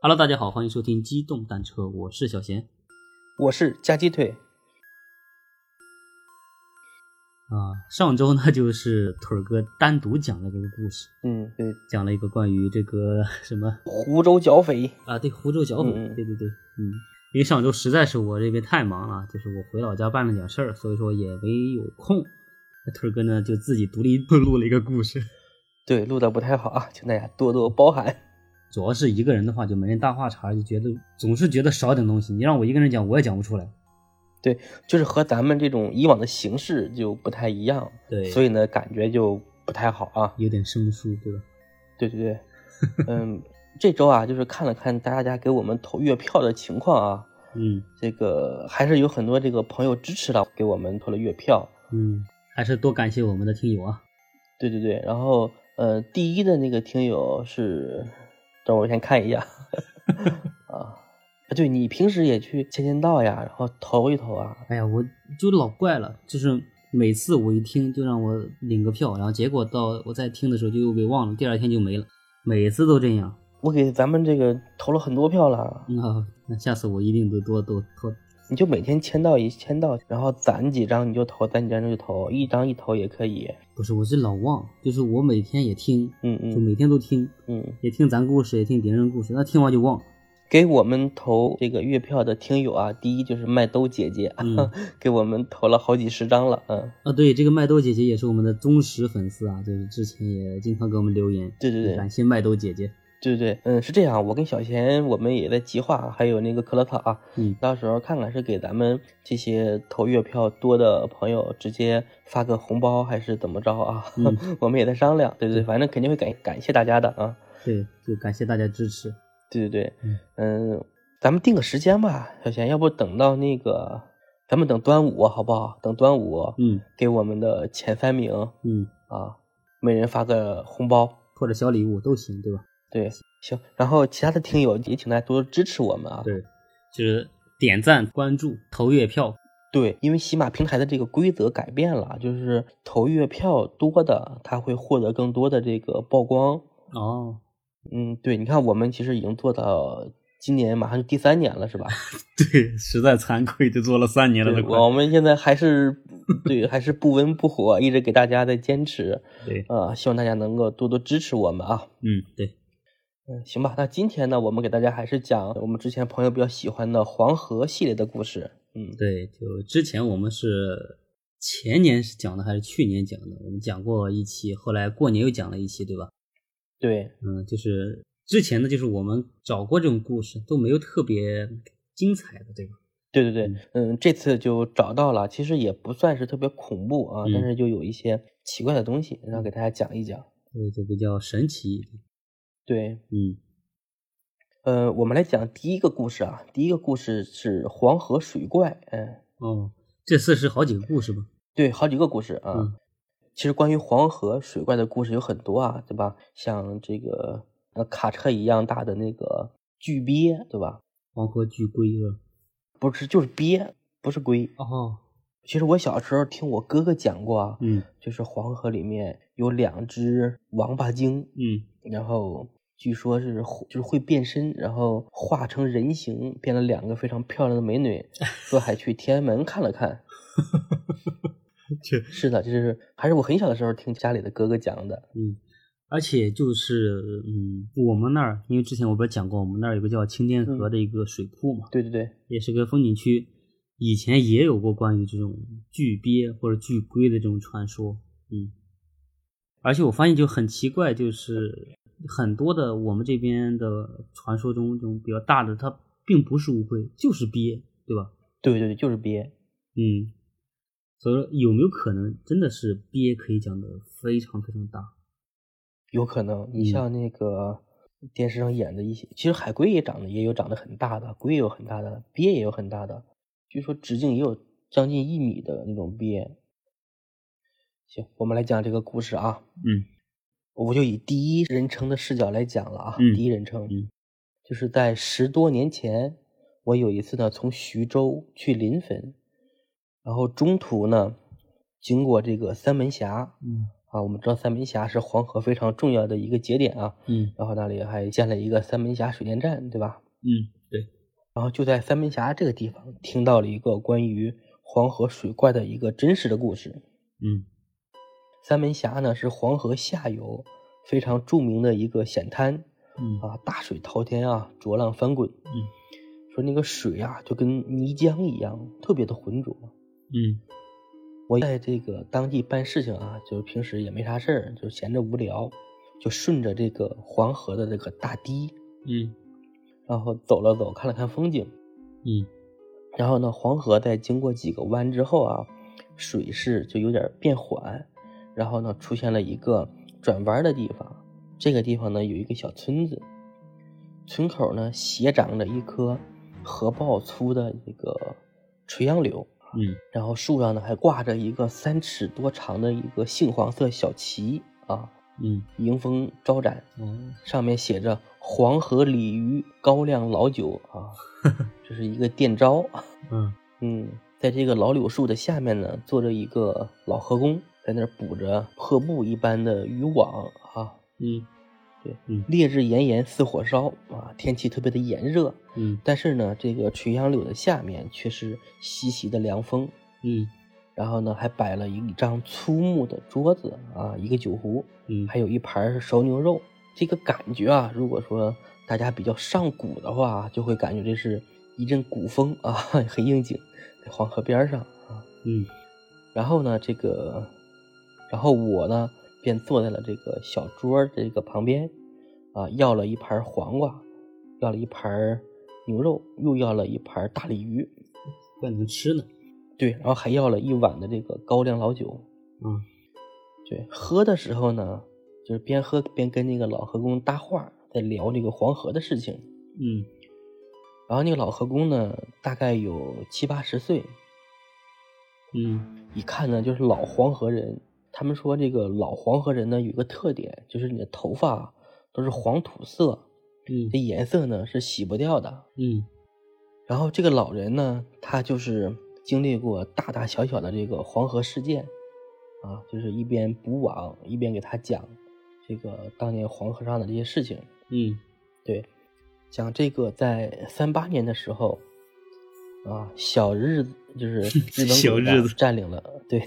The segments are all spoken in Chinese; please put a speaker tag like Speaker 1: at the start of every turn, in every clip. Speaker 1: Hello，大家好，欢迎收听机动单车，我是小贤。
Speaker 2: 我是夹鸡腿，
Speaker 1: 啊，上周呢 就是腿儿哥单独讲了这个故事，
Speaker 2: 嗯，对，
Speaker 1: 讲了一个关于这个 什么
Speaker 2: 湖州剿匪，
Speaker 1: 啊，对，湖州剿匪，
Speaker 2: 嗯嗯
Speaker 1: 对对对，嗯，因为上周实在是我这边太忙了，就是我回老家办了点事儿，所以说也没有空。那腿儿哥呢就自己独立录了一个故事，
Speaker 2: 对，录的不太好啊，请大家多多包涵。
Speaker 1: 主要是一个人的话就没人搭话茬，就觉得总是觉得少点东西。你让我一个人讲，我也讲不出来。
Speaker 2: 就是和咱们这种以往的形式就不太一样，
Speaker 1: 对
Speaker 2: 所以呢，感觉就不太好啊。
Speaker 1: 有点生疏，对吧？
Speaker 2: 对对对，嗯，这周啊，就是看了看大家给我们投月票的情况啊，
Speaker 1: 嗯
Speaker 2: 这个还是有很多这个朋友支持的，给我们投了月票。
Speaker 1: 嗯，还是多感谢我们的听友啊。
Speaker 2: 对对对，然后呃，第一的那个听友是，等我先看一下啊。对你平时也去签签到呀，然后投一投啊，
Speaker 1: 哎呀，我就老怪了，就是每次我一听就让我领个票，然后结果到我再听的时候就又给忘了，第二天就没了，每次都这样。
Speaker 2: 我给咱们这个投了很多票了，
Speaker 1: 嗯，好那下次我一定得多多多。
Speaker 2: 你就每天签到一签到，然后攒几张你就投，攒几张就投，一张一投也可以。
Speaker 1: 不是，我是老忘，就是我每天也听，
Speaker 2: 嗯
Speaker 1: 就
Speaker 2: 嗯
Speaker 1: 每天都听，
Speaker 2: 嗯，
Speaker 1: 也听咱故事，也听别人故事，那听完就忘。
Speaker 2: 给我们投这个月票的听友啊，第一就是麦兜姐姐，
Speaker 1: 嗯
Speaker 2: 给我们投了好几十张了。嗯，
Speaker 1: 啊，对，这个麦兜姐姐也是我们的忠实粉丝啊，就是之前也经常给我们留言。
Speaker 2: 对对对
Speaker 1: 感谢麦兜姐姐。
Speaker 2: 对对对，嗯，是这样，我跟小贤我们也在计划，还有那个克拉卡啊，
Speaker 1: 嗯，
Speaker 2: 到时候看看是给咱们这些投月票多的朋友直接发个红包，还是怎么着啊？
Speaker 1: 嗯
Speaker 2: 我们也在商量，对对，反正肯定会感感谢大家的啊。
Speaker 1: 对，就感谢大家支持。
Speaker 2: 对对对
Speaker 1: 嗯，
Speaker 2: 嗯，咱们定个时间吧，小贤，要不等到那个，咱们等端午好不好？等端午
Speaker 1: 嗯
Speaker 2: 给我们的前三名
Speaker 1: 嗯，
Speaker 2: 啊，每人发个红包。
Speaker 1: 或者小礼物都行，对吧？
Speaker 2: 对，行，然后其他的听友也请大家多多支持我们啊。
Speaker 1: 对就是点赞、关注、投月票。
Speaker 2: 对，因为喜马平台的这个规则改变了，就是投月票多的，他会获得更多的这个曝光。
Speaker 1: 哦，
Speaker 2: 嗯，对，你看我们其实已经做到今年马上就第三年了，是吧？
Speaker 1: 对，实在惭愧，这做了三年
Speaker 2: 对我们现在还是对，还是不温不火，一直给大家在坚持
Speaker 1: 对，
Speaker 2: 啊、希望大家能够多多支持我们啊。
Speaker 1: 嗯，对，
Speaker 2: 嗯，行吧，那今天呢，我们给大家还是讲我们之前朋友比较喜欢的黄河系列的故事。嗯，
Speaker 1: 对，就之前我们是前年是讲的还是去年讲的？我们讲过一期，后来过年又讲了一期，对吧？
Speaker 2: 对，
Speaker 1: 嗯，就是之前呢，就是我们找过这种故事，都没有特别精彩的，对吧？
Speaker 2: 对对对，嗯，这次就找到了，其实也不算是特别恐怖啊，
Speaker 1: 嗯
Speaker 2: 但是就有一些奇怪的东西，然后给大家讲一讲。
Speaker 1: 所以就比较神奇一点。
Speaker 2: 对，
Speaker 1: 嗯
Speaker 2: 呃，我们来讲第一个故事啊，第一个故事是黄河水怪，嗯，
Speaker 1: 哦，这次是好几个故事吧？
Speaker 2: 对，好几个故事啊。
Speaker 1: 嗯
Speaker 2: 其实关于黄河水怪的故事有很多啊，对吧？像这个呃卡车一样大的那个巨鳖，对吧？
Speaker 1: 黄河巨龟是吧？
Speaker 2: 不是，就是鳖，不是龟。
Speaker 1: 哦，
Speaker 2: 其实我小时候听我哥哥讲过啊，
Speaker 1: 嗯
Speaker 2: 就是黄河里面有两只王八精，
Speaker 1: 嗯，
Speaker 2: 然后据说是会就是会变身，然后化成人形，变了两个非常漂亮的美女，说还去天安门看了看。
Speaker 1: 确
Speaker 2: 是的，就是还是我很小的时候听家里的哥哥讲的。
Speaker 1: 嗯，而且就是嗯，我们那儿因为之前我不是讲过，我们那儿有个叫青滇河
Speaker 2: 嗯
Speaker 1: 的一个水库嘛，
Speaker 2: 对对对，
Speaker 1: 也是个风景区，以前也有过关于这种巨鳖或者巨龟的这种传说，嗯，而且我发现就很奇怪，就是很多的我们这边的传说中这种比较大的，它并不是乌龟，就是鳖，对吧？
Speaker 2: 对对对，就是鳖。
Speaker 1: 嗯，所以说有没有可能真的是鳖可以讲的非常非常大？
Speaker 2: 有可能，你
Speaker 1: 嗯
Speaker 2: 像那个电视上演的一些，其实海龟也长得也有长得很大的，龟也有很大的，鳖也有很大的，据说直径也有将近一米的那种鳖。行，我们来讲这个故事啊。
Speaker 1: 嗯，
Speaker 2: 我就以第一人称的视角来讲了啊。
Speaker 1: 嗯
Speaker 2: 第一人称，
Speaker 1: 嗯
Speaker 2: 就是在十多年前，我有一次呢从徐州去临汾，然后中途呢经过这个三门峡，
Speaker 1: 嗯
Speaker 2: 啊，我们知道三门峡是黄河非常重要的一个节点啊，
Speaker 1: 嗯
Speaker 2: 然后那里还建了一个三门峡水电站，对吧？
Speaker 1: 嗯，对，
Speaker 2: 然后就在三门峡这个地方，听到了一个关于黄河水怪的一个真实的故事。
Speaker 1: 嗯
Speaker 2: 三门峡呢是黄河下游非常著名的一个险滩
Speaker 1: 嗯
Speaker 2: 啊，大水滔天啊，浊浪翻滚。
Speaker 1: 嗯，
Speaker 2: 说那个水啊就跟泥浆一样，特别的浑浊。
Speaker 1: 嗯
Speaker 2: 我在这个当地办事情啊，就是平时也没啥事儿，就闲着无聊，就顺着这个黄河的这个大堤，
Speaker 1: 嗯
Speaker 2: 然后走了走，看了看风景。
Speaker 1: 嗯
Speaker 2: 然后呢，黄河在经过几个弯之后啊，水势就有点变缓，然后呢，出现了一个转弯的地方。这个地方呢，有一个小村子，村口呢斜长着一棵河抱粗的一个垂杨柳，
Speaker 1: 嗯
Speaker 2: 然后树上呢还挂着一个三尺多长的一个杏黄色小旗啊，
Speaker 1: 嗯，
Speaker 2: 迎风招展，
Speaker 1: 哦，
Speaker 2: 上面写着“黄河鲤鱼高粱老酒”啊，这是一个店招。
Speaker 1: 嗯
Speaker 2: 嗯，在这个老柳树的下面呢，坐着一个老河工，在那儿补着破布一般的渔网啊，
Speaker 1: 嗯
Speaker 2: 烈日炎炎似火烧啊，天气特别的炎热，
Speaker 1: 嗯
Speaker 2: 但是呢，这个垂杨柳的下面却是习习的凉风，
Speaker 1: 嗯
Speaker 2: 然后呢，还摆了一张粗木的桌子啊，一个酒壶，
Speaker 1: 嗯，
Speaker 2: 还有一盘是熟牛肉。这个感觉啊，如果说大家比较上古的话，就会感觉这是一阵古风啊，很应景，在黄河边上啊。
Speaker 1: 嗯
Speaker 2: 然后呢，这个，然后我呢便坐在了这个小桌儿这个旁边，啊，要了一盘黄瓜，要了一盘牛肉，又要了一盘大鲤鱼，
Speaker 1: 怪能吃呢，
Speaker 2: 对，然后还要了一碗的这个高粱老酒。
Speaker 1: 嗯
Speaker 2: 对，喝的时候呢，就是边喝边跟那个老河工搭话，在聊这个黄河的事情。
Speaker 1: 嗯
Speaker 2: 然后那个老河工呢，大概有七八十岁，
Speaker 1: 嗯
Speaker 2: 一看呢就是老黄河人。他们说这个老黄河人呢有一个特点，就是你的头发都是黄土色，
Speaker 1: 嗯
Speaker 2: 这颜色呢是洗不掉的。
Speaker 1: 嗯
Speaker 2: 然后这个老人呢，他就是经历过大大小小的这个黄河事件，啊，就是一边补网，一边给他讲这个当年黄河上的这些事情。
Speaker 1: 嗯
Speaker 2: 对，讲这个在三八年的时候，啊，小日子就是 日本
Speaker 1: 小
Speaker 2: 鬼
Speaker 1: 日
Speaker 2: 子
Speaker 1: 子
Speaker 2: 占领了，对，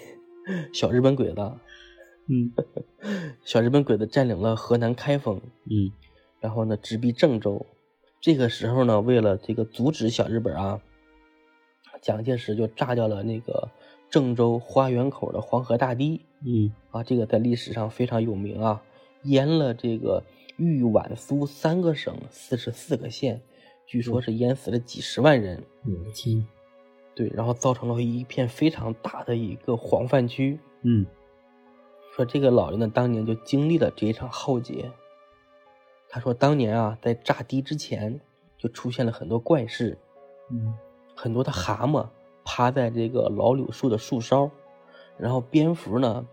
Speaker 2: 小日本鬼子，啊
Speaker 1: 嗯
Speaker 2: 小日本鬼子占领了河南开封，
Speaker 1: 嗯
Speaker 2: 然后呢直逼郑州。这个时候呢，为了这个阻止小日本啊，蒋介石就炸掉了那个郑州花园口的黄河大堤
Speaker 1: 嗯
Speaker 2: 啊，这个在历史上非常有名啊，淹了这个豫皖苏三个省四十四个县，据说是淹死了几十万人。
Speaker 1: 我的天，
Speaker 2: 对，然后造成了一片非常大的一个黄泛区。
Speaker 1: 嗯
Speaker 2: 说这个老人呢，当年就经历了这一场浩劫。他说，当年啊，在炸堤之前，就出现了很多怪事，
Speaker 1: 嗯
Speaker 2: 很多的蛤蟆趴在这个老柳树的树梢，然后蝙蝠呢，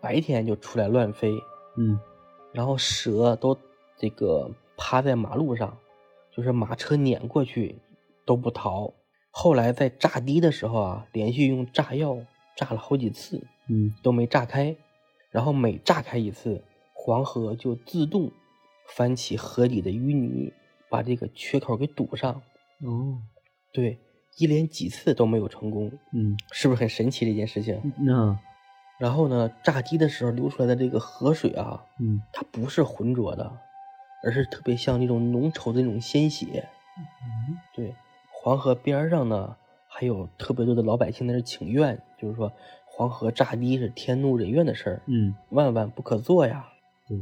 Speaker 2: 白天就出来乱飞，
Speaker 1: 嗯
Speaker 2: 然后蛇都这个趴在马路上，就是马车碾过去都不逃。后来在炸堤的时候啊，连续用炸药炸了好几次，
Speaker 1: 嗯
Speaker 2: 都没炸开，然后每炸开一次，黄河就自动翻起河底的淤泥，把这个缺口给堵上。
Speaker 1: 哦
Speaker 2: 对，一连几次都没有成功，
Speaker 1: 嗯
Speaker 2: 是不是很神奇这件事情？
Speaker 1: 那
Speaker 2: 然后呢，炸堤的时候流出来的这个河水啊，
Speaker 1: 嗯
Speaker 2: 它不是浑浊的，而是特别像那种浓稠的那种鲜血。对，黄河边儿上呢，还有特别多的老百姓在那儿请愿，就是说黄河炸堤是天怒人怨的事儿，
Speaker 1: 嗯
Speaker 2: 万万不可做呀。
Speaker 1: 对，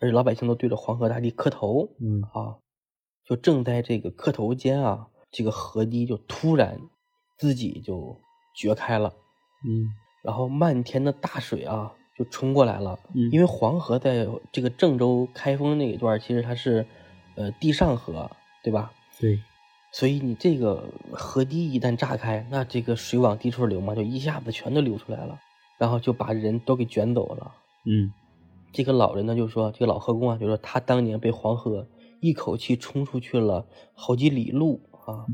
Speaker 2: 而且老百姓都对着黄河大堤磕头
Speaker 1: 嗯
Speaker 2: 啊。就正在这个磕头间啊，这个河堤就突然自己就决开了，
Speaker 1: 嗯
Speaker 2: 然后漫天的大水啊就冲过来了。
Speaker 1: 嗯
Speaker 2: 因为黄河在这个郑州开封那一段儿，其实它是呃地上河，对吧？
Speaker 1: 对
Speaker 2: 所以你这个河堤一旦炸开，那这个水往低处流嘛，就一下子全都流出来了，然后就把人都给卷走了。
Speaker 1: 嗯
Speaker 2: 这个老人呢就说，这个老河工啊就说他当年被黄河一口气冲出去了好几里路啊，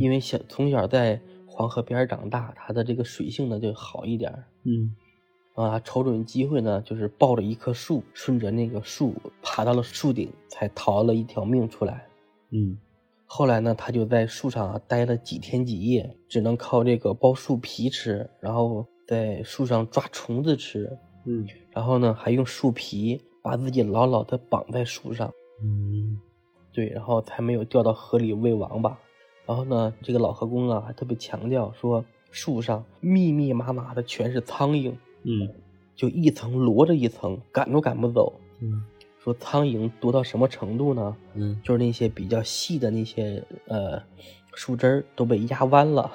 Speaker 2: 因为小从小在黄河边儿长大，他的这个水性呢就好一点儿。
Speaker 1: 嗯
Speaker 2: 啊，瞅准机会呢，就是抱着一棵树，顺着那个树爬到了树顶，才逃了一条命出来。
Speaker 1: 嗯
Speaker 2: 后来呢，他就在树上啊待了几天几夜，只能靠这个剥树皮吃，然后在树上抓虫子吃，
Speaker 1: 嗯
Speaker 2: 然后呢还用树皮把自己牢牢地绑在树上，
Speaker 1: 嗯
Speaker 2: 对，然后才没有掉到河里喂王八。然后呢，这个老河工啊还特别强调说，树上密密麻麻的全是苍蝇，
Speaker 1: 嗯
Speaker 2: 就一层摞着一层，赶都赶不走。
Speaker 1: 嗯
Speaker 2: 说苍蝇多到什么程度呢？
Speaker 1: 嗯
Speaker 2: 就是那些比较细的那些呃树枝儿都被压弯了。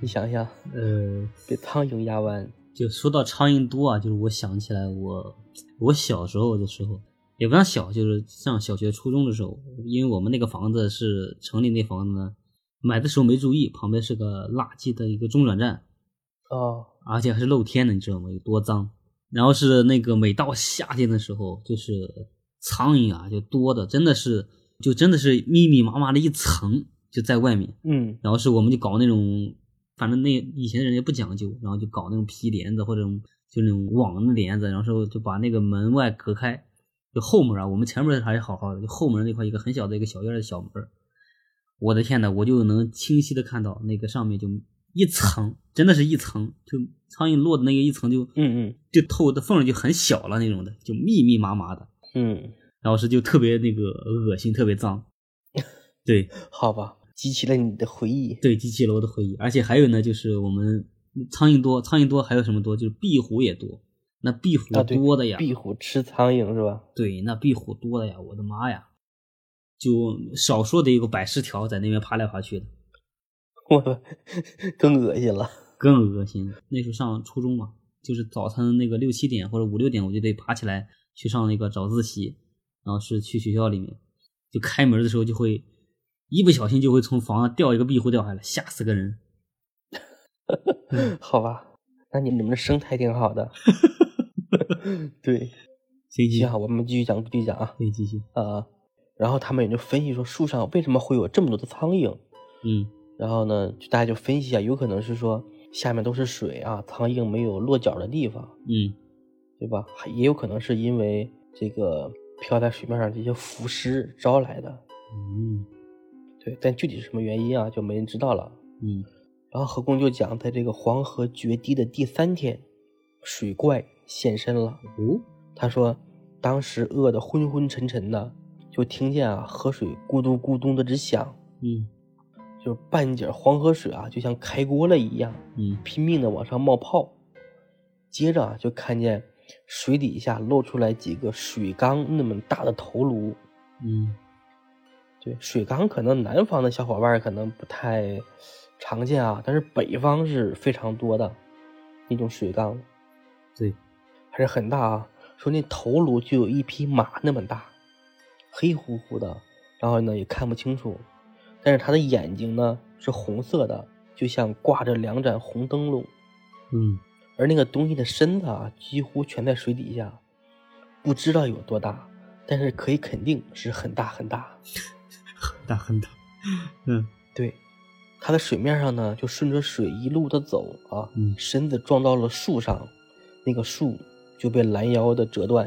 Speaker 2: 你想想，
Speaker 1: 呃，
Speaker 2: 被苍蝇压弯，
Speaker 1: 就说到苍蝇多啊，就是我想起来我我小时候的时候，也不算小，就是上小学、初中的时候，因为我们那个房子是城里那房子呢，买的时候没注意，旁边是个垃圾的一个中转站，
Speaker 2: 哦，
Speaker 1: 而且还是露天的，你知道吗？有多脏？然后是那个每到夏天的时候，就是苍蝇啊，就多的真的是就真的是密密麻麻的一层就在外面。
Speaker 2: 嗯
Speaker 1: 然后是我们就搞那种，反正那以前的人也不讲究，然后就搞那种皮帘子或者就那种网的帘子，然后就把那个门外隔开，就后门啊，我们前面还是好好的，就后门那块一个很小的一个小院儿的小门儿，我的天呐，我就能清晰的看到那个上面就一层，真的是一层，就苍蝇落的那个一层就
Speaker 2: 嗯
Speaker 1: 就透的缝儿就很小了那种的，就密密麻麻的，
Speaker 2: 嗯，
Speaker 1: 然后是就特别那个恶心，特别 脏，对。
Speaker 2: 好吧，激起了你的回忆。
Speaker 1: 对，激起了我的回忆。而且还有呢，就是我们苍蝇多，苍蝇多，还有什么多？就是壁虎也多。那壁虎
Speaker 2: 啊，对，
Speaker 1: 多的呀，
Speaker 2: 壁虎吃苍蝇是吧？
Speaker 1: 对，那壁虎多的呀，我的妈呀！就少说得有个百十条在那边爬来爬去的，
Speaker 2: 我更恶心了。
Speaker 1: 更恶心。那时候上初中嘛，就是早晨那个六七点或者五六点，我就得爬起来去上那个早自习，然后是去学校里面，就开门的时候就会一不小心就会从房上掉一个壁虎掉下来，吓死个人。嗯
Speaker 2: 好吧，那你你们的生态挺好 的。对，
Speaker 1: 行
Speaker 2: 行
Speaker 1: 行，
Speaker 2: 啊，我们继续讲，继续讲啊
Speaker 1: 可以继续。
Speaker 2: 啊、呃然后他们也就分析说，树上为什么会有这么多的苍蝇？
Speaker 1: 嗯
Speaker 2: 然后呢，就大家就分析一下，有可能是说下面都是水啊，苍蝇没有落脚的地方，
Speaker 1: 嗯
Speaker 2: 对吧？还也有可能是因为这个漂在水面上这些浮尸招来的，
Speaker 1: 嗯
Speaker 2: 对。但具体是什么原因啊，就没人知道了。
Speaker 1: 嗯
Speaker 2: 然后何公就讲，在这个黄河决堤的第三天，水怪现身了。
Speaker 1: 哦，
Speaker 2: 他说，当时饿得昏昏沉沉的，就听见啊河水咕嘟咕咚的直响，
Speaker 1: 嗯
Speaker 2: 就半截黄河水啊，就像开锅了一样，
Speaker 1: 嗯
Speaker 2: 拼命的往上冒泡。接着啊，就看见水底下露出来几个水缸那么大的头颅。
Speaker 1: 嗯
Speaker 2: 对，水缸可能南方的小伙伴儿可能不太常见啊，但是北方是非常多的那种水缸，
Speaker 1: 对，
Speaker 2: 还是很大啊。说那头颅就有一匹马那么大，黑乎乎的，然后呢也看不清楚，但是它的眼睛呢是红色的，就像挂着两盏红灯笼。
Speaker 1: 嗯
Speaker 2: 而那个东西的身子啊，几乎全在水底下，不知道有多大，但是可以肯定是很大很大。
Speaker 1: 很大很大，嗯
Speaker 2: 对，它在水面上呢，就顺着水一路的走啊，
Speaker 1: 嗯
Speaker 2: 身子撞到了树上，那个树就被拦腰的折断，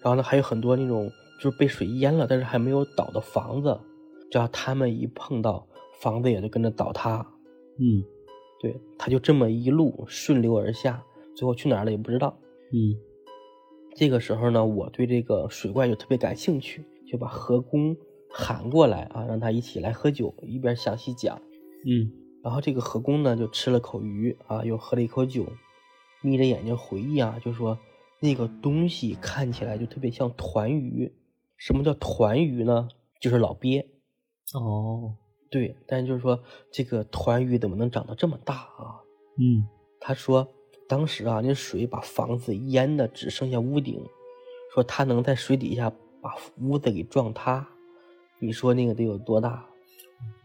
Speaker 2: 然后呢，还有很多那种就是被水淹了，但是还没有倒的房子，只要他们一碰到，房子也就跟着倒塌。
Speaker 1: 嗯
Speaker 2: 对，它就这么一路顺流而下，最后去哪儿了也不知道。
Speaker 1: 嗯
Speaker 2: 这个时候呢，我对这个水怪就特别感兴趣，就把河工喊过来啊，让他一起来喝酒，一边详细讲。
Speaker 1: 嗯
Speaker 2: 然后这个河工呢就吃了口鱼啊，又喝了一口酒，眯着眼睛回忆啊，就说那个东西看起来就特别像团鱼。什么叫团鱼呢？就是老鳖。
Speaker 1: 哦
Speaker 2: 对，但是就是说这个团鱼怎么能长得这么大啊？
Speaker 1: 嗯
Speaker 2: 他说当时啊，那水把房子淹的只剩下屋顶，说他能在水底下把屋子给撞塌，你说那个得有多大？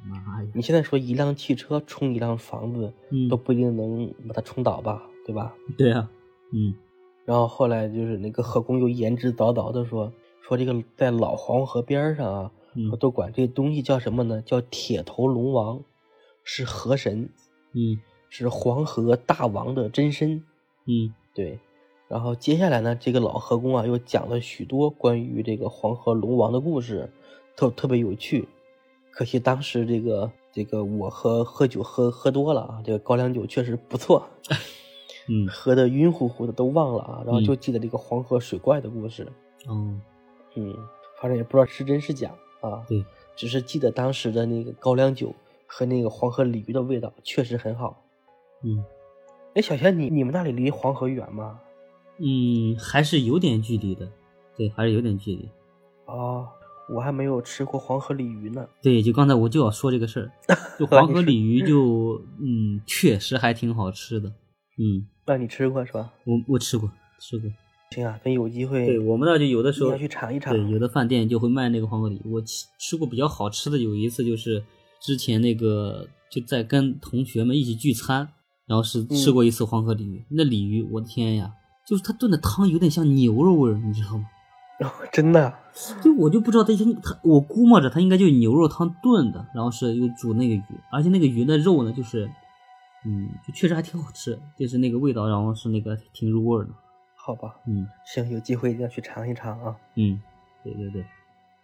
Speaker 1: 妈呀
Speaker 2: 你现在说一辆汽车冲一辆房子，
Speaker 1: 嗯
Speaker 2: 都不一定能把它冲倒吧，对吧？
Speaker 1: 对啊嗯
Speaker 2: 然后后来就是那个河工又言之凿凿的说说这个在老黄河边上啊，
Speaker 1: 嗯
Speaker 2: 我都管这东西叫什么呢？叫铁头龙王，是河神，
Speaker 1: 嗯
Speaker 2: 是黄河大王的真身。
Speaker 1: 嗯
Speaker 2: 对，然后接下来呢，这个老河公啊又讲了许多关于这个黄河龙王的故事，特特别有趣。可惜当时这个这个我喝喝酒喝喝多了啊，这个高粱酒确实不错，
Speaker 1: 嗯，
Speaker 2: 喝的晕乎乎的都忘了啊，然后就记得这个黄河水怪的故事，
Speaker 1: 哦，
Speaker 2: 嗯，反正也不知道是真是假啊，
Speaker 1: 对，
Speaker 2: 只是记得当时的那个高粱酒和那个黄河鲤鱼的味道确实很好。
Speaker 1: 嗯
Speaker 2: 哎，小贤，你你们那里离黄河远吗？
Speaker 1: 嗯，还是有点距离的，对，还是有点距离。
Speaker 2: 哦，我还没有吃过黄河鲤鱼呢。
Speaker 1: 对，就刚才我就要说这个事儿，就黄河鲤鱼就嗯，确实还挺好吃的，嗯，
Speaker 2: 那你吃过是吧？
Speaker 1: 我我吃过吃过，
Speaker 2: 行啊，等有机
Speaker 1: 对
Speaker 2: 会
Speaker 1: 我们那儿就有的时
Speaker 2: 你
Speaker 1: 候
Speaker 2: 要去尝一尝。
Speaker 1: 对，有的饭店就会卖那个黄河鲤鱼。我吃吃过比较好吃的，有一次就是之前那个就在跟同学们一起聚餐，然后是吃过一次黄河鲤鱼。那鲤鱼，我的天呀，就是它炖的汤有点像牛肉味儿，你知道吗？
Speaker 2: 真的，
Speaker 1: 就我就不知道它应它，我估摸着它应该就是牛肉汤炖的，然后是又煮那个鱼，而且那个鱼的肉呢，就是嗯，就确实还挺好吃，就是那个味道，然后是那个挺入味儿的。
Speaker 2: 好吧，
Speaker 1: 嗯
Speaker 2: 行，有机会一定要去尝一尝啊。
Speaker 1: 嗯，对对对，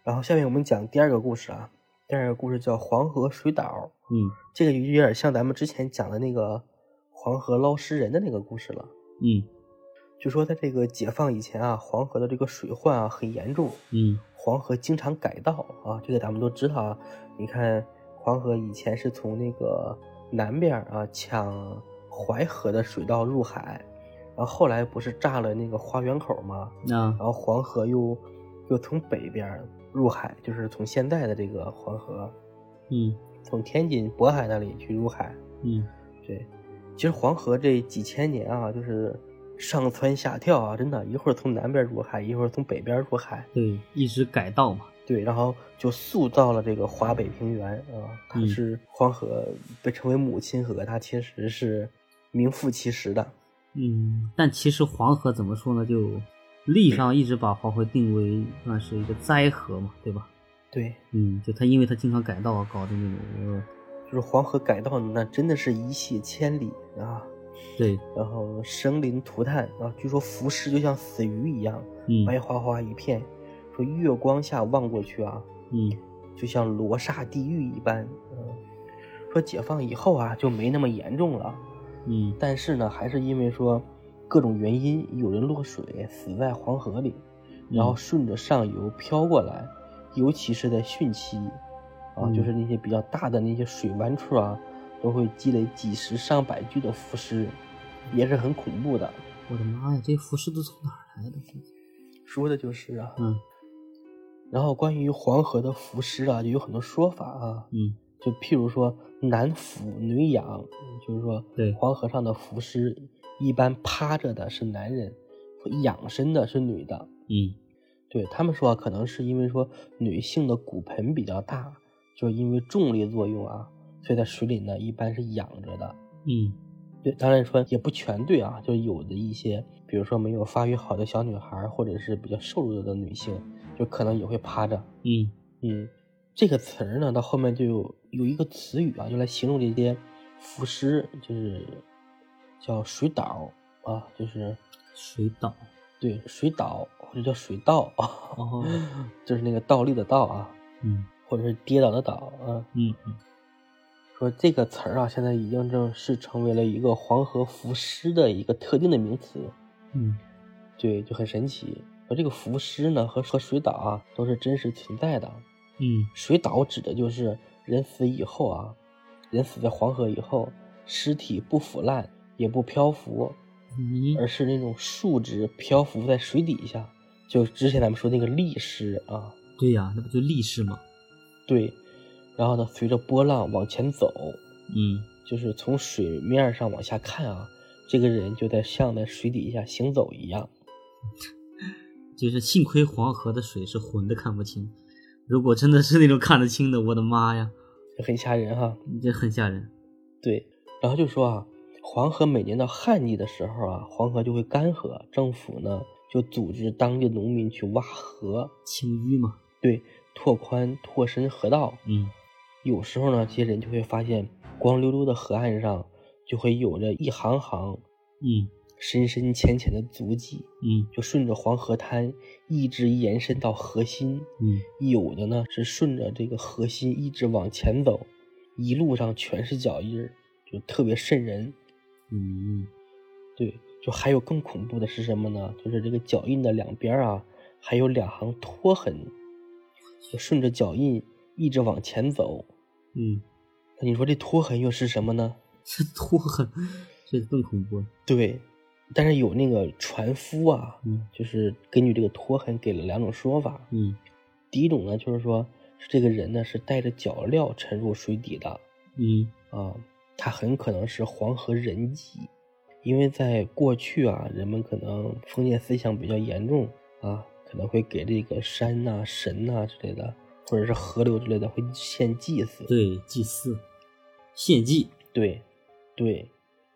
Speaker 2: 然后下面我们讲第二个故事啊，第二个故事叫黄河水岛，
Speaker 1: 嗯
Speaker 2: 这个有点像咱们之前讲的那个黄河捞尸人的那个故事了。
Speaker 1: 嗯
Speaker 2: 据说在这个解放以前啊，黄河的这个水患啊很严重，
Speaker 1: 嗯
Speaker 2: 黄河经常改道啊，这个咱们都知道啊。你看，黄河以前是从那个南边儿啊抢淮河的水道入海，然后后来不是炸了那个花园口吗？
Speaker 1: 那
Speaker 2: 然后黄河又又从北边儿入海，就是从现在的这个黄河，
Speaker 1: 嗯
Speaker 2: 从天津渤海那里去入海。
Speaker 1: 嗯
Speaker 2: 对，其实黄河这几千年啊，就是上蹿下跳啊，真的，一会儿从南边入海，一会儿从北边入海。
Speaker 1: 对，一直改道嘛。
Speaker 2: 对，然后就塑造了这个华北平原啊，它
Speaker 1: 嗯
Speaker 2: 是黄河被称为母亲河，它其实是名副其实的。
Speaker 1: 嗯，但其实黄河怎么说呢？就历史上一直把黄河定为算是一个灾河嘛，对吧？
Speaker 2: 对，
Speaker 1: 嗯，就它因为它经常改道，啊搞的那种，呃
Speaker 2: 就是黄河改道那真的是一泻千里啊，
Speaker 1: 对，
Speaker 2: 然后生灵涂炭啊，据说浮尸就像死鱼一样，
Speaker 1: 嗯
Speaker 2: 白花花一片，说月光下望过去啊，
Speaker 1: 嗯
Speaker 2: 就像罗刹地狱一般。嗯，说解放以后啊，就没那么严重了。
Speaker 1: 嗯
Speaker 2: 但是呢，还是因为说各种原因，有人落水死在黄河里，然
Speaker 1: 嗯
Speaker 2: 后顺着上游飘过来，尤其是在汛期，啊，
Speaker 1: 嗯
Speaker 2: 就是那些比较大的那些水湾处啊，都会积累几十上百具的浮尸，也是很恐怖的。
Speaker 1: 我的妈呀，这浮尸都从哪儿来的？
Speaker 2: 说的就是啊，
Speaker 1: 嗯
Speaker 2: 然后关于黄河的浮尸啊，就有很多说法啊，
Speaker 1: 嗯
Speaker 2: 就譬如说男俯女仰，就是说
Speaker 1: 对
Speaker 2: 黄河上的浮尸一般趴着的是男人，仰身的是女的。
Speaker 1: 嗯
Speaker 2: 对他们说啊，可能是因为说女性的骨盆比较大，就是因为重力作用啊，所以在水里呢一般是仰着的。
Speaker 1: 嗯
Speaker 2: 对，当然说也不全对啊，就有的一些，比如说没有发育好的小女孩儿，或者是比较瘦弱的女性，就可能也会趴着。
Speaker 1: 嗯
Speaker 2: 嗯，这个词儿呢，到后面就有有一个词语啊，用来形容这些浮尸，就是叫水岛啊，就是
Speaker 1: 水岛，
Speaker 2: 对水岛或者叫水道啊，
Speaker 1: 哦，
Speaker 2: 就是那个倒立的倒啊，
Speaker 1: 嗯
Speaker 2: 或者是跌倒的倒啊。
Speaker 1: 嗯嗯
Speaker 2: 说这个词儿啊，现在已经正式成为了一个黄河浮尸的一个特定的名词，
Speaker 1: 嗯
Speaker 2: 对，就很神奇。而这个浮尸呢，和和水岛啊，都是真实存在的。
Speaker 1: 嗯
Speaker 2: 水岛指的就是人死以后啊，人死在黄河以后，尸体不腐烂也不漂浮，
Speaker 1: 嗯
Speaker 2: 而是那种竖直漂浮在水底下，就之前咱们说那个砾尸啊，
Speaker 1: 对呀，那不就力士吗？
Speaker 2: 对。然后呢，随着波浪往前走，
Speaker 1: 嗯
Speaker 2: 就是从水面上往下看啊，这个人就在像在水底下行走一样。
Speaker 1: 就是幸亏黄河的水是浑的看不清，如果真的是那种看得清的，我的妈呀，
Speaker 2: 很吓人哈、
Speaker 1: 这很吓人。
Speaker 2: 对，然后就说啊，黄河每年到旱季的时候啊，黄河就会干涸，政府呢就组织当地农民去挖河，
Speaker 1: 清淤嘛，
Speaker 2: 对，拓宽、拓深河道。
Speaker 1: 嗯
Speaker 2: 有时候呢，这些人就会发现，光溜溜的河岸上就会有着一行行
Speaker 1: 嗯
Speaker 2: 深深浅浅的足迹，
Speaker 1: 嗯
Speaker 2: 就顺着黄河滩一直延伸到河心，
Speaker 1: 嗯
Speaker 2: 有的呢是顺着这个河心一直往前走，一路上全是脚印儿，就特别瘆人。
Speaker 1: 嗯
Speaker 2: 对，就还有更恐怖的是什么呢？就是这个脚印的两边儿啊，还有两行拖痕，就顺着脚印一直往前走。
Speaker 1: 嗯，
Speaker 2: 那你说这拖痕又是什么呢？
Speaker 1: 这多很，这更恐怖了。
Speaker 2: 对，但是有那个船夫啊，
Speaker 1: 嗯
Speaker 2: 就是根据这个拖痕给了两种说法。
Speaker 1: 嗯
Speaker 2: 第一种呢，就是说是这个人呢是带着脚镣沉入水底的
Speaker 1: 嗯
Speaker 2: 啊，他很可能是黄河人祭，因为在过去啊，人们可能封建思想比较严重啊，可能会给这个山呐、神呐、之类的，或者是河流之类的会献祭祀。
Speaker 1: 对，祭祀、献祭，
Speaker 2: 对，对，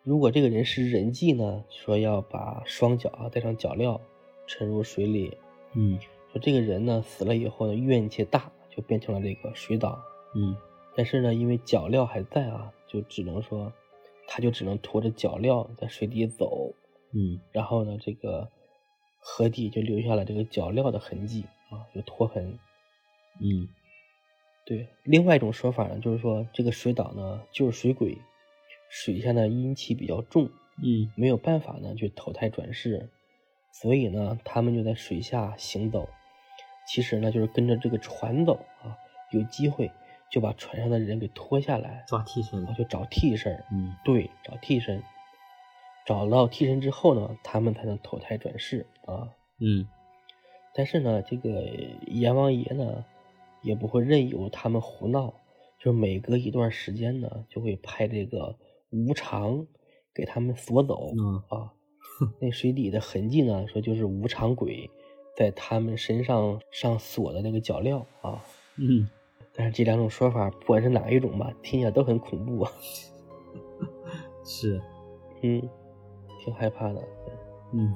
Speaker 2: 如果这个人是人祭呢，说要把双脚啊带上脚镣沉入水里，
Speaker 1: 嗯
Speaker 2: 说这个人呢死了以后呢怨气大，就变成了这个水党。
Speaker 1: 嗯
Speaker 2: 但是呢，因为脚镣还在啊，就只能说，他就只能拖着脚镣在水底走，
Speaker 1: 嗯
Speaker 2: 然后呢，这个河底就留下了这个脚镣的痕迹啊，有拖痕。
Speaker 1: 嗯
Speaker 2: 对，另外一种说法呢，就是说这个水岛呢就是水鬼，水下呢阴气比较重，
Speaker 1: 嗯
Speaker 2: 没有办法呢去投胎转世，所以呢，他们就在水下行走。其实呢，就是跟着这个船走啊，有机会就把船上的人给拖下来，
Speaker 1: 抓替身
Speaker 2: 然后
Speaker 1: 了。
Speaker 2: 就找替身儿。
Speaker 1: 嗯
Speaker 2: 对，找替身。找到替身之后呢，他们才能投胎转世啊。
Speaker 1: 嗯
Speaker 2: 但是呢，这个阎王爷呢，也不会任由他们胡闹，就是每隔一段时间呢，就会派这个无常给他们索走。
Speaker 1: 嗯
Speaker 2: 啊，那水底的痕迹呢，说就是无常鬼在他们身上上锁的那个脚镣啊。
Speaker 1: 嗯，
Speaker 2: 但是这两种说法，不管是哪一种吧，听起来都很恐怖啊。
Speaker 1: 是，
Speaker 2: 嗯，挺害怕的。
Speaker 1: 嗯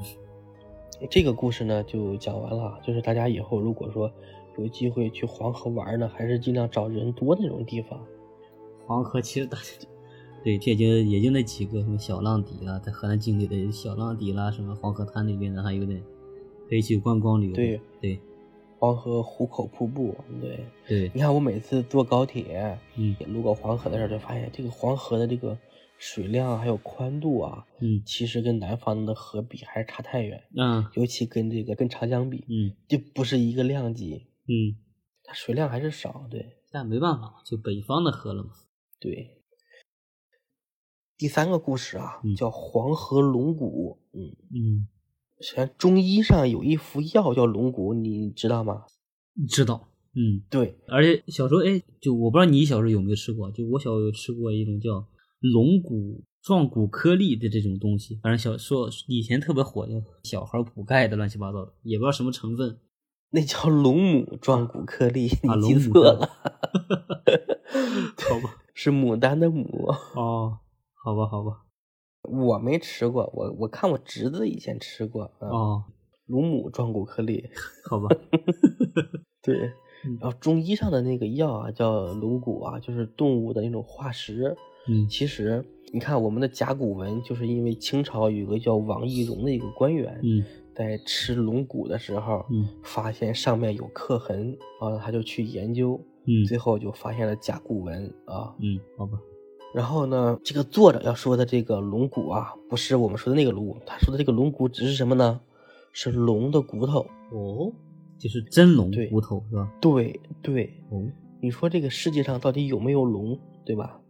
Speaker 2: 这个故事呢就讲完了，就是大家以后如果说有机会去黄河玩呢，还是尽量找人多那种地方。
Speaker 1: 黄河其实大家对这就也就那几个什么小浪底啦，在河南境内的小浪底啦，什么黄河滩那边的，还有点可以去观光旅游。
Speaker 2: 对
Speaker 1: 对
Speaker 2: 黄河壶口瀑布，对，
Speaker 1: 对，
Speaker 2: 你看我每次坐高铁
Speaker 1: 嗯
Speaker 2: 也路过黄河的时候，就发现这个黄河的这个水量还有宽度啊，
Speaker 1: 嗯
Speaker 2: 其实跟南方的河比还是差太远，
Speaker 1: 啊
Speaker 2: 尤其跟这个跟长江比，
Speaker 1: 嗯
Speaker 2: 就不是一个量级，
Speaker 1: 嗯，
Speaker 2: 它水量还是少，对。
Speaker 1: 但没办法，就北方的河了嘛。
Speaker 2: 对，第三个故事啊，
Speaker 1: 嗯
Speaker 2: 叫黄河龙骨。嗯，
Speaker 1: 嗯，
Speaker 2: 像中医上有一副药叫龙骨，你知道吗？
Speaker 1: 知道。嗯，
Speaker 2: 对，
Speaker 1: 而且小时候，哎，就我不知道你小时候有没有吃过，就我小时候有吃过一种叫龙骨状骨颗粒的这种东西，反正小说以前特别火，就小孩补钙的乱七八糟的，也不知道什么成分。
Speaker 2: 那叫龙母状骨颗粒，
Speaker 1: 啊
Speaker 2: 你记
Speaker 1: 龙母
Speaker 2: 错了，
Speaker 1: 好吧，
Speaker 2: 是牡丹的牡。
Speaker 1: 哦， 好吧，好吧，
Speaker 2: 我没吃过，我我看我侄子以前吃过啊，
Speaker 1: 哦，
Speaker 2: 龙母状骨颗粒。
Speaker 1: 好 吧，
Speaker 2: 对
Speaker 1: 嗯，
Speaker 2: 然后中医上的那个药啊，叫龙骨啊，就是动物的那种化石。
Speaker 1: 嗯
Speaker 2: 其实你看，我们的甲骨文就是因为清朝有一个叫王懿荣的一个官员，
Speaker 1: 嗯
Speaker 2: 在吃龙骨的时候，
Speaker 1: 嗯
Speaker 2: 发现上面有刻痕，然后他就去研究，
Speaker 1: 嗯
Speaker 2: 最后就发现了甲骨文啊。
Speaker 1: 嗯，好吧，
Speaker 2: 然后呢，这个作者要说的这个龙骨啊，不是我们说的那个龙骨，他说的这个龙骨只是什么呢？是龙的骨头。
Speaker 1: 哦，就是真龙
Speaker 2: 对
Speaker 1: 骨头是吧？
Speaker 2: 对对，
Speaker 1: 哦，
Speaker 2: 你说这个世界上到底有没有龙，对吧？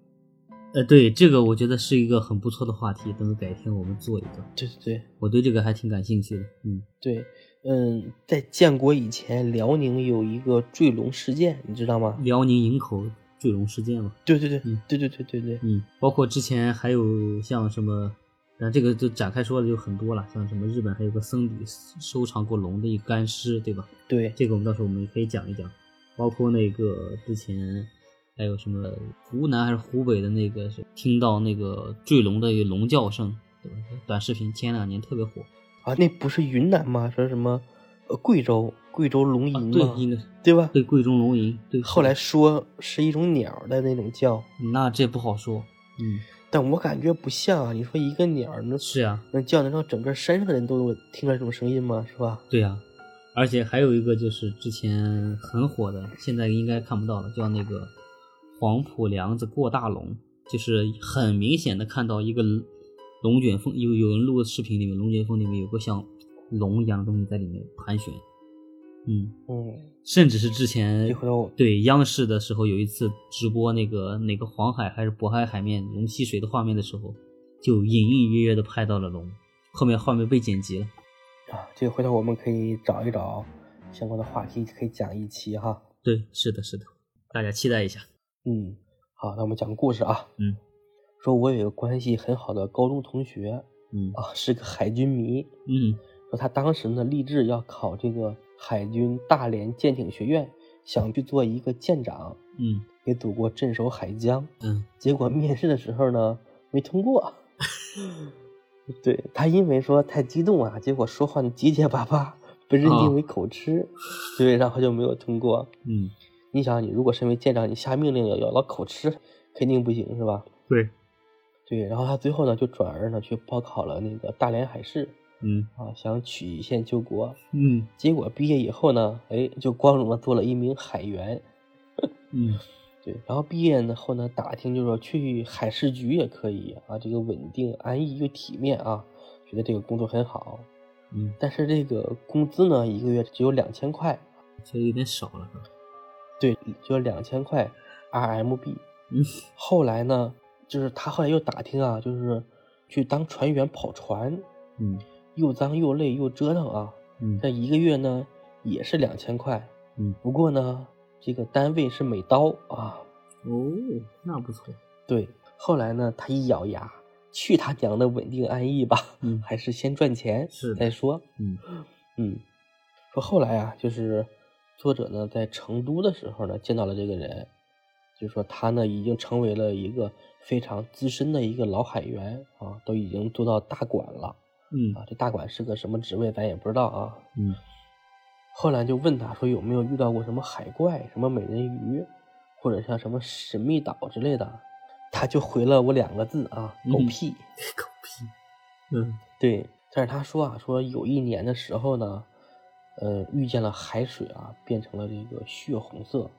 Speaker 1: 呃，对，这个我觉得是一个很不错的话题，等改天我们做一个，
Speaker 2: 对对对。
Speaker 1: 我对这个还挺感兴趣的。嗯，
Speaker 2: 对，嗯，在建国以前，辽宁有一个坠龙事件，你知道吗？
Speaker 1: 辽宁营口坠龙事件嘛。
Speaker 2: 对对对，
Speaker 1: 嗯
Speaker 2: 对对对对对，
Speaker 1: 嗯，包括之前还有像什么，那这个就展开说的就很多了，像什么日本还有个僧侣收藏过龙的一个干尸，对吧？
Speaker 2: 对
Speaker 1: 这个我们到时候我们也可以讲一讲，包括那个之前还有什么湖南还是湖北的那个是听到那个坠龙的一个龙叫声，对吧？短视频前两年特别火，
Speaker 2: 啊，那不是云南吗？说什么，呃，贵州，贵州龙吟
Speaker 1: 啊、
Speaker 2: 吗？
Speaker 1: 对，应该是
Speaker 2: 对吧？
Speaker 1: 对贵中龙吟，对，嗯
Speaker 2: 后来说是一种鸟儿的那种叫，
Speaker 1: 那这不好说，嗯，
Speaker 2: 但我感觉不像啊。你说一个鸟儿能
Speaker 1: 是啊，
Speaker 2: 能叫能让整个山上的人都听到这种声音吗？是吧？
Speaker 1: 对啊，而且还有一个就是之前很火的，现在应该看不到了，叫那个黄浦梁子过大龙，就是很明显的看到一个龙卷风，有有人录的视频里面，龙卷风里面有个像龙一样的东西在里面盘旋，嗯，
Speaker 2: 嗯，
Speaker 1: 甚至是之前
Speaker 2: 这回头我
Speaker 1: 对央视的时候，有一次直播那个哪个黄海还是渤海海面龙吸水的画面的时候，就隐隐约约的拍到了龙，后面画面被剪辑了。
Speaker 2: 啊，这回头我们可以找一找相关的话题，可以讲一期哈。
Speaker 1: 对，是的，是的，大家期待一下。
Speaker 2: 嗯，好，那我们讲个故事啊。
Speaker 1: 嗯，
Speaker 2: 说我有一个关系很好的高中同学
Speaker 1: 嗯
Speaker 2: 啊，是个海军迷。
Speaker 1: 嗯
Speaker 2: 说他当时呢立志要考这个海军大连舰艇学院，想去做一个舰长，
Speaker 1: 嗯
Speaker 2: 也赌过镇守海疆。
Speaker 1: 嗯
Speaker 2: 结果面试的时候呢没通过。 对他因为说太激动啊，结果说话呢结结巴巴，被认定为口吃，对，然后就没有通过。
Speaker 1: 啊嗯，
Speaker 2: 你想，你如果身为舰长，你下命令要要老口吃，肯定不行是吧？
Speaker 1: 对，
Speaker 2: 对，然后他最后呢就转而呢去报考了那个大连海事
Speaker 1: 嗯
Speaker 2: 啊，想曲线救国。
Speaker 1: 嗯
Speaker 2: 结果毕业以后呢，哎，就光荣的做了一名海员。
Speaker 1: 嗯
Speaker 2: 对，然后毕业呢后呢，打听就说去海事局也可以啊，这个稳定、安逸又体面啊，觉得这个工作很好。
Speaker 1: 嗯，
Speaker 2: 但是这个工资呢，一个月只有两千块，
Speaker 1: 觉得有点少了，是吧？
Speaker 2: 对，就两千块 RMB。
Speaker 1: 嗯
Speaker 2: 后来呢，就是他后来又打听啊，就是去当船员跑船，
Speaker 1: 嗯
Speaker 2: 又脏又累又折腾啊，
Speaker 1: 嗯
Speaker 2: 这一个月呢也是两千块，
Speaker 1: 嗯，
Speaker 2: 不过呢，这个单位是美刀啊。
Speaker 1: 哦，那不错。
Speaker 2: 对，后来呢，他一咬牙，去他娘的稳定安逸吧，
Speaker 1: 嗯
Speaker 2: 还是先赚钱
Speaker 1: 是的
Speaker 2: 再说。
Speaker 1: 嗯
Speaker 2: 嗯，说后来啊，就是作者呢在成都的时候呢见到了这个人，就说他呢已经成为了一个非常资深的一个老海员啊，都已经做到大管了
Speaker 1: 嗯
Speaker 2: 啊。这大管是个什么职位，咱也不知道啊。
Speaker 1: 嗯
Speaker 2: 后来就问他说有没有遇到过什么海怪、什么美人鱼，或者像什么神秘岛之类的，他就回了我两个字啊，狗
Speaker 1: 嗯
Speaker 2: 屁。
Speaker 1: 狗屁。嗯
Speaker 2: 对，但是他说啊，说有一年的时候呢，呃，遇见了海水啊，变成了这个血红色。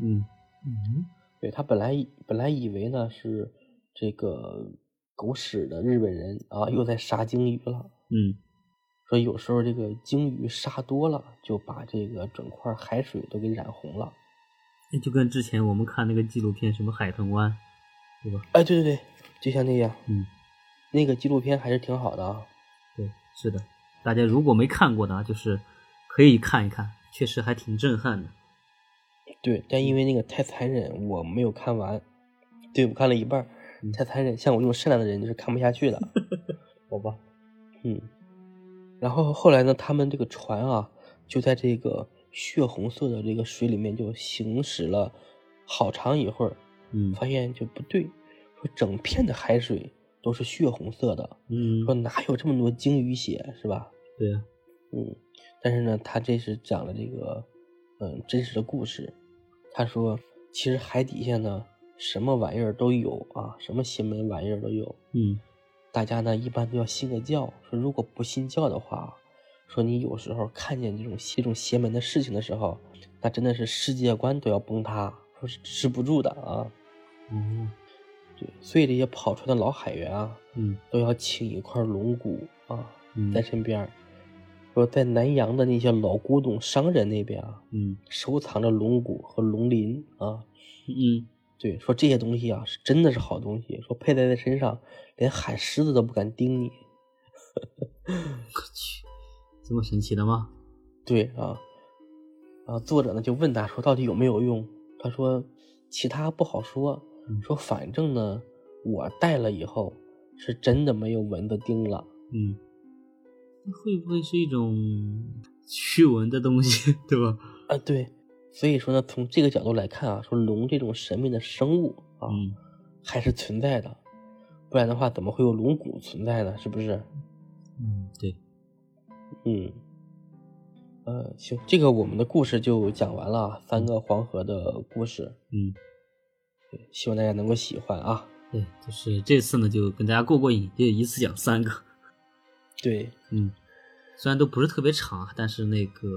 Speaker 1: 嗯嗯
Speaker 2: 对他本来以本来以为呢是这个狗屎的日本人啊，又在杀鲸鱼了。
Speaker 1: 嗯
Speaker 2: 说有时候这个鲸鱼杀多了，就把这个整块海水都给染红了。
Speaker 1: 那哎就跟之前我们看那个纪录片什么《海豚湾》，对吧？
Speaker 2: 哎，对对对，就像那样，
Speaker 1: 嗯。
Speaker 2: 那个纪录片还是挺好的啊。
Speaker 1: 对，是的，大家如果没看过的啊，就是可以看一看，确实还挺震撼的。
Speaker 2: 对，但因为那个太残忍，我没有看完。对，我看了一半儿
Speaker 1: 嗯，
Speaker 2: 太残忍。像我这种善良的人，就是看不下去了。
Speaker 1: 好吧，
Speaker 2: 嗯，然后后来呢，他们这个船啊，就在这个血红色的这个水里面就行驶了好长一会儿，
Speaker 1: 嗯
Speaker 2: 发现就不对，说整片的海水都是血红色的，
Speaker 1: 嗯
Speaker 2: 说，哪有这么多鲸鱼血是吧？
Speaker 1: 对啊，
Speaker 2: 嗯，但是呢，他这是讲了这个，嗯，真实的故事。他说，其实海底下呢，什么玩意儿都有啊，什么邪门玩意儿都有。
Speaker 1: 嗯
Speaker 2: 大家呢一般都要信个教，说如果不信教的话，说你有时候看见这种这种邪门的事情的时候，那真的是世界观都要崩塌，说是持不住的啊。
Speaker 1: 哦，
Speaker 2: 对，所以这些跑船的老海员啊，
Speaker 1: 嗯
Speaker 2: 都要请一块龙骨啊
Speaker 1: 嗯
Speaker 2: 在身边儿，说在南洋的那些老古董商人那边啊，
Speaker 1: 嗯
Speaker 2: 收藏着龙骨和龙鳞啊。
Speaker 1: 嗯
Speaker 2: 对，说这些东西啊，是真的是好东西。说佩戴在身上，连海狮子都不敢叮你。
Speaker 1: 我去，这么神奇的吗？
Speaker 2: 对啊，啊，作者呢就问他说到底有没有用？他说其他不好说
Speaker 1: 嗯，
Speaker 2: 说反正呢我戴了以后是真的没有蚊子叮了。
Speaker 1: 嗯，会不会是一种驱蚊的东西， 对吧？
Speaker 2: 啊，对，所以说呢，从这个角度来看啊，说龙这种神秘的生物啊，
Speaker 1: 嗯，
Speaker 2: 还是存在的，不然的话怎么会有龙骨存在呢？是不是？
Speaker 1: 嗯，对，
Speaker 2: 嗯，呃，行，这个我们的故事就讲完了啊，三个黄河的故事，
Speaker 1: 嗯，
Speaker 2: 希望大家能够喜欢啊。
Speaker 1: 哎，对，就是这次呢，就跟大家过过瘾，就一次讲三个，
Speaker 2: 对，
Speaker 1: 嗯，虽然都不是特别长啊，但是那个，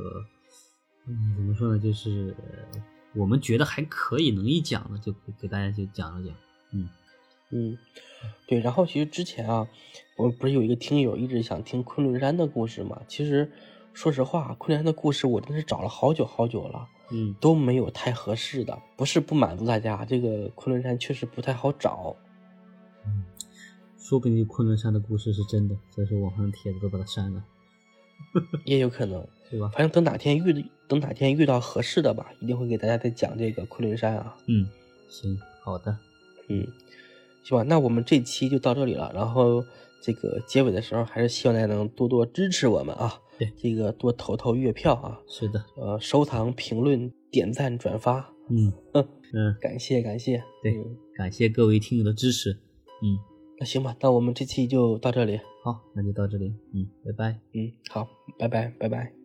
Speaker 1: 嗯，怎么说呢，就是呃我们觉得还可以能一讲的，就给给大家就讲了讲，
Speaker 2: 嗯，对。然后其实之前啊，我不是有一个听友一直想听昆仑山的故事嘛？其实说实话，啊昆仑山的故事我真是找了好久好久了，
Speaker 1: 嗯
Speaker 2: 都没有太合适的。不是不满足大家，这个昆仑山确实不太好找。
Speaker 1: 嗯，说不定昆仑山的故事是真的，所以说网上帖子都把它删了，
Speaker 2: 也有可能。
Speaker 1: 对吧？
Speaker 2: 反正等哪天遇等哪天遇到合适的吧，一定会给大家再讲这个昆仑山啊。
Speaker 1: 嗯，行，好的，
Speaker 2: 嗯，行吧，那我们这期就到这里了。然后这个结尾的时候，还是希望大家能多多支持我们啊。
Speaker 1: 对，
Speaker 2: 这个多投投月票啊，
Speaker 1: 是的，
Speaker 2: 呃，收藏、评论、点赞、转发，
Speaker 1: 嗯
Speaker 2: 嗯
Speaker 1: 嗯，
Speaker 2: 感谢感谢。
Speaker 1: 对
Speaker 2: 嗯
Speaker 1: 感谢各位听友的支持，嗯，
Speaker 2: 那行吧，那我们这期就到这里。
Speaker 1: 好，那就到这里，嗯，拜拜。
Speaker 2: 嗯，好，拜拜，拜拜。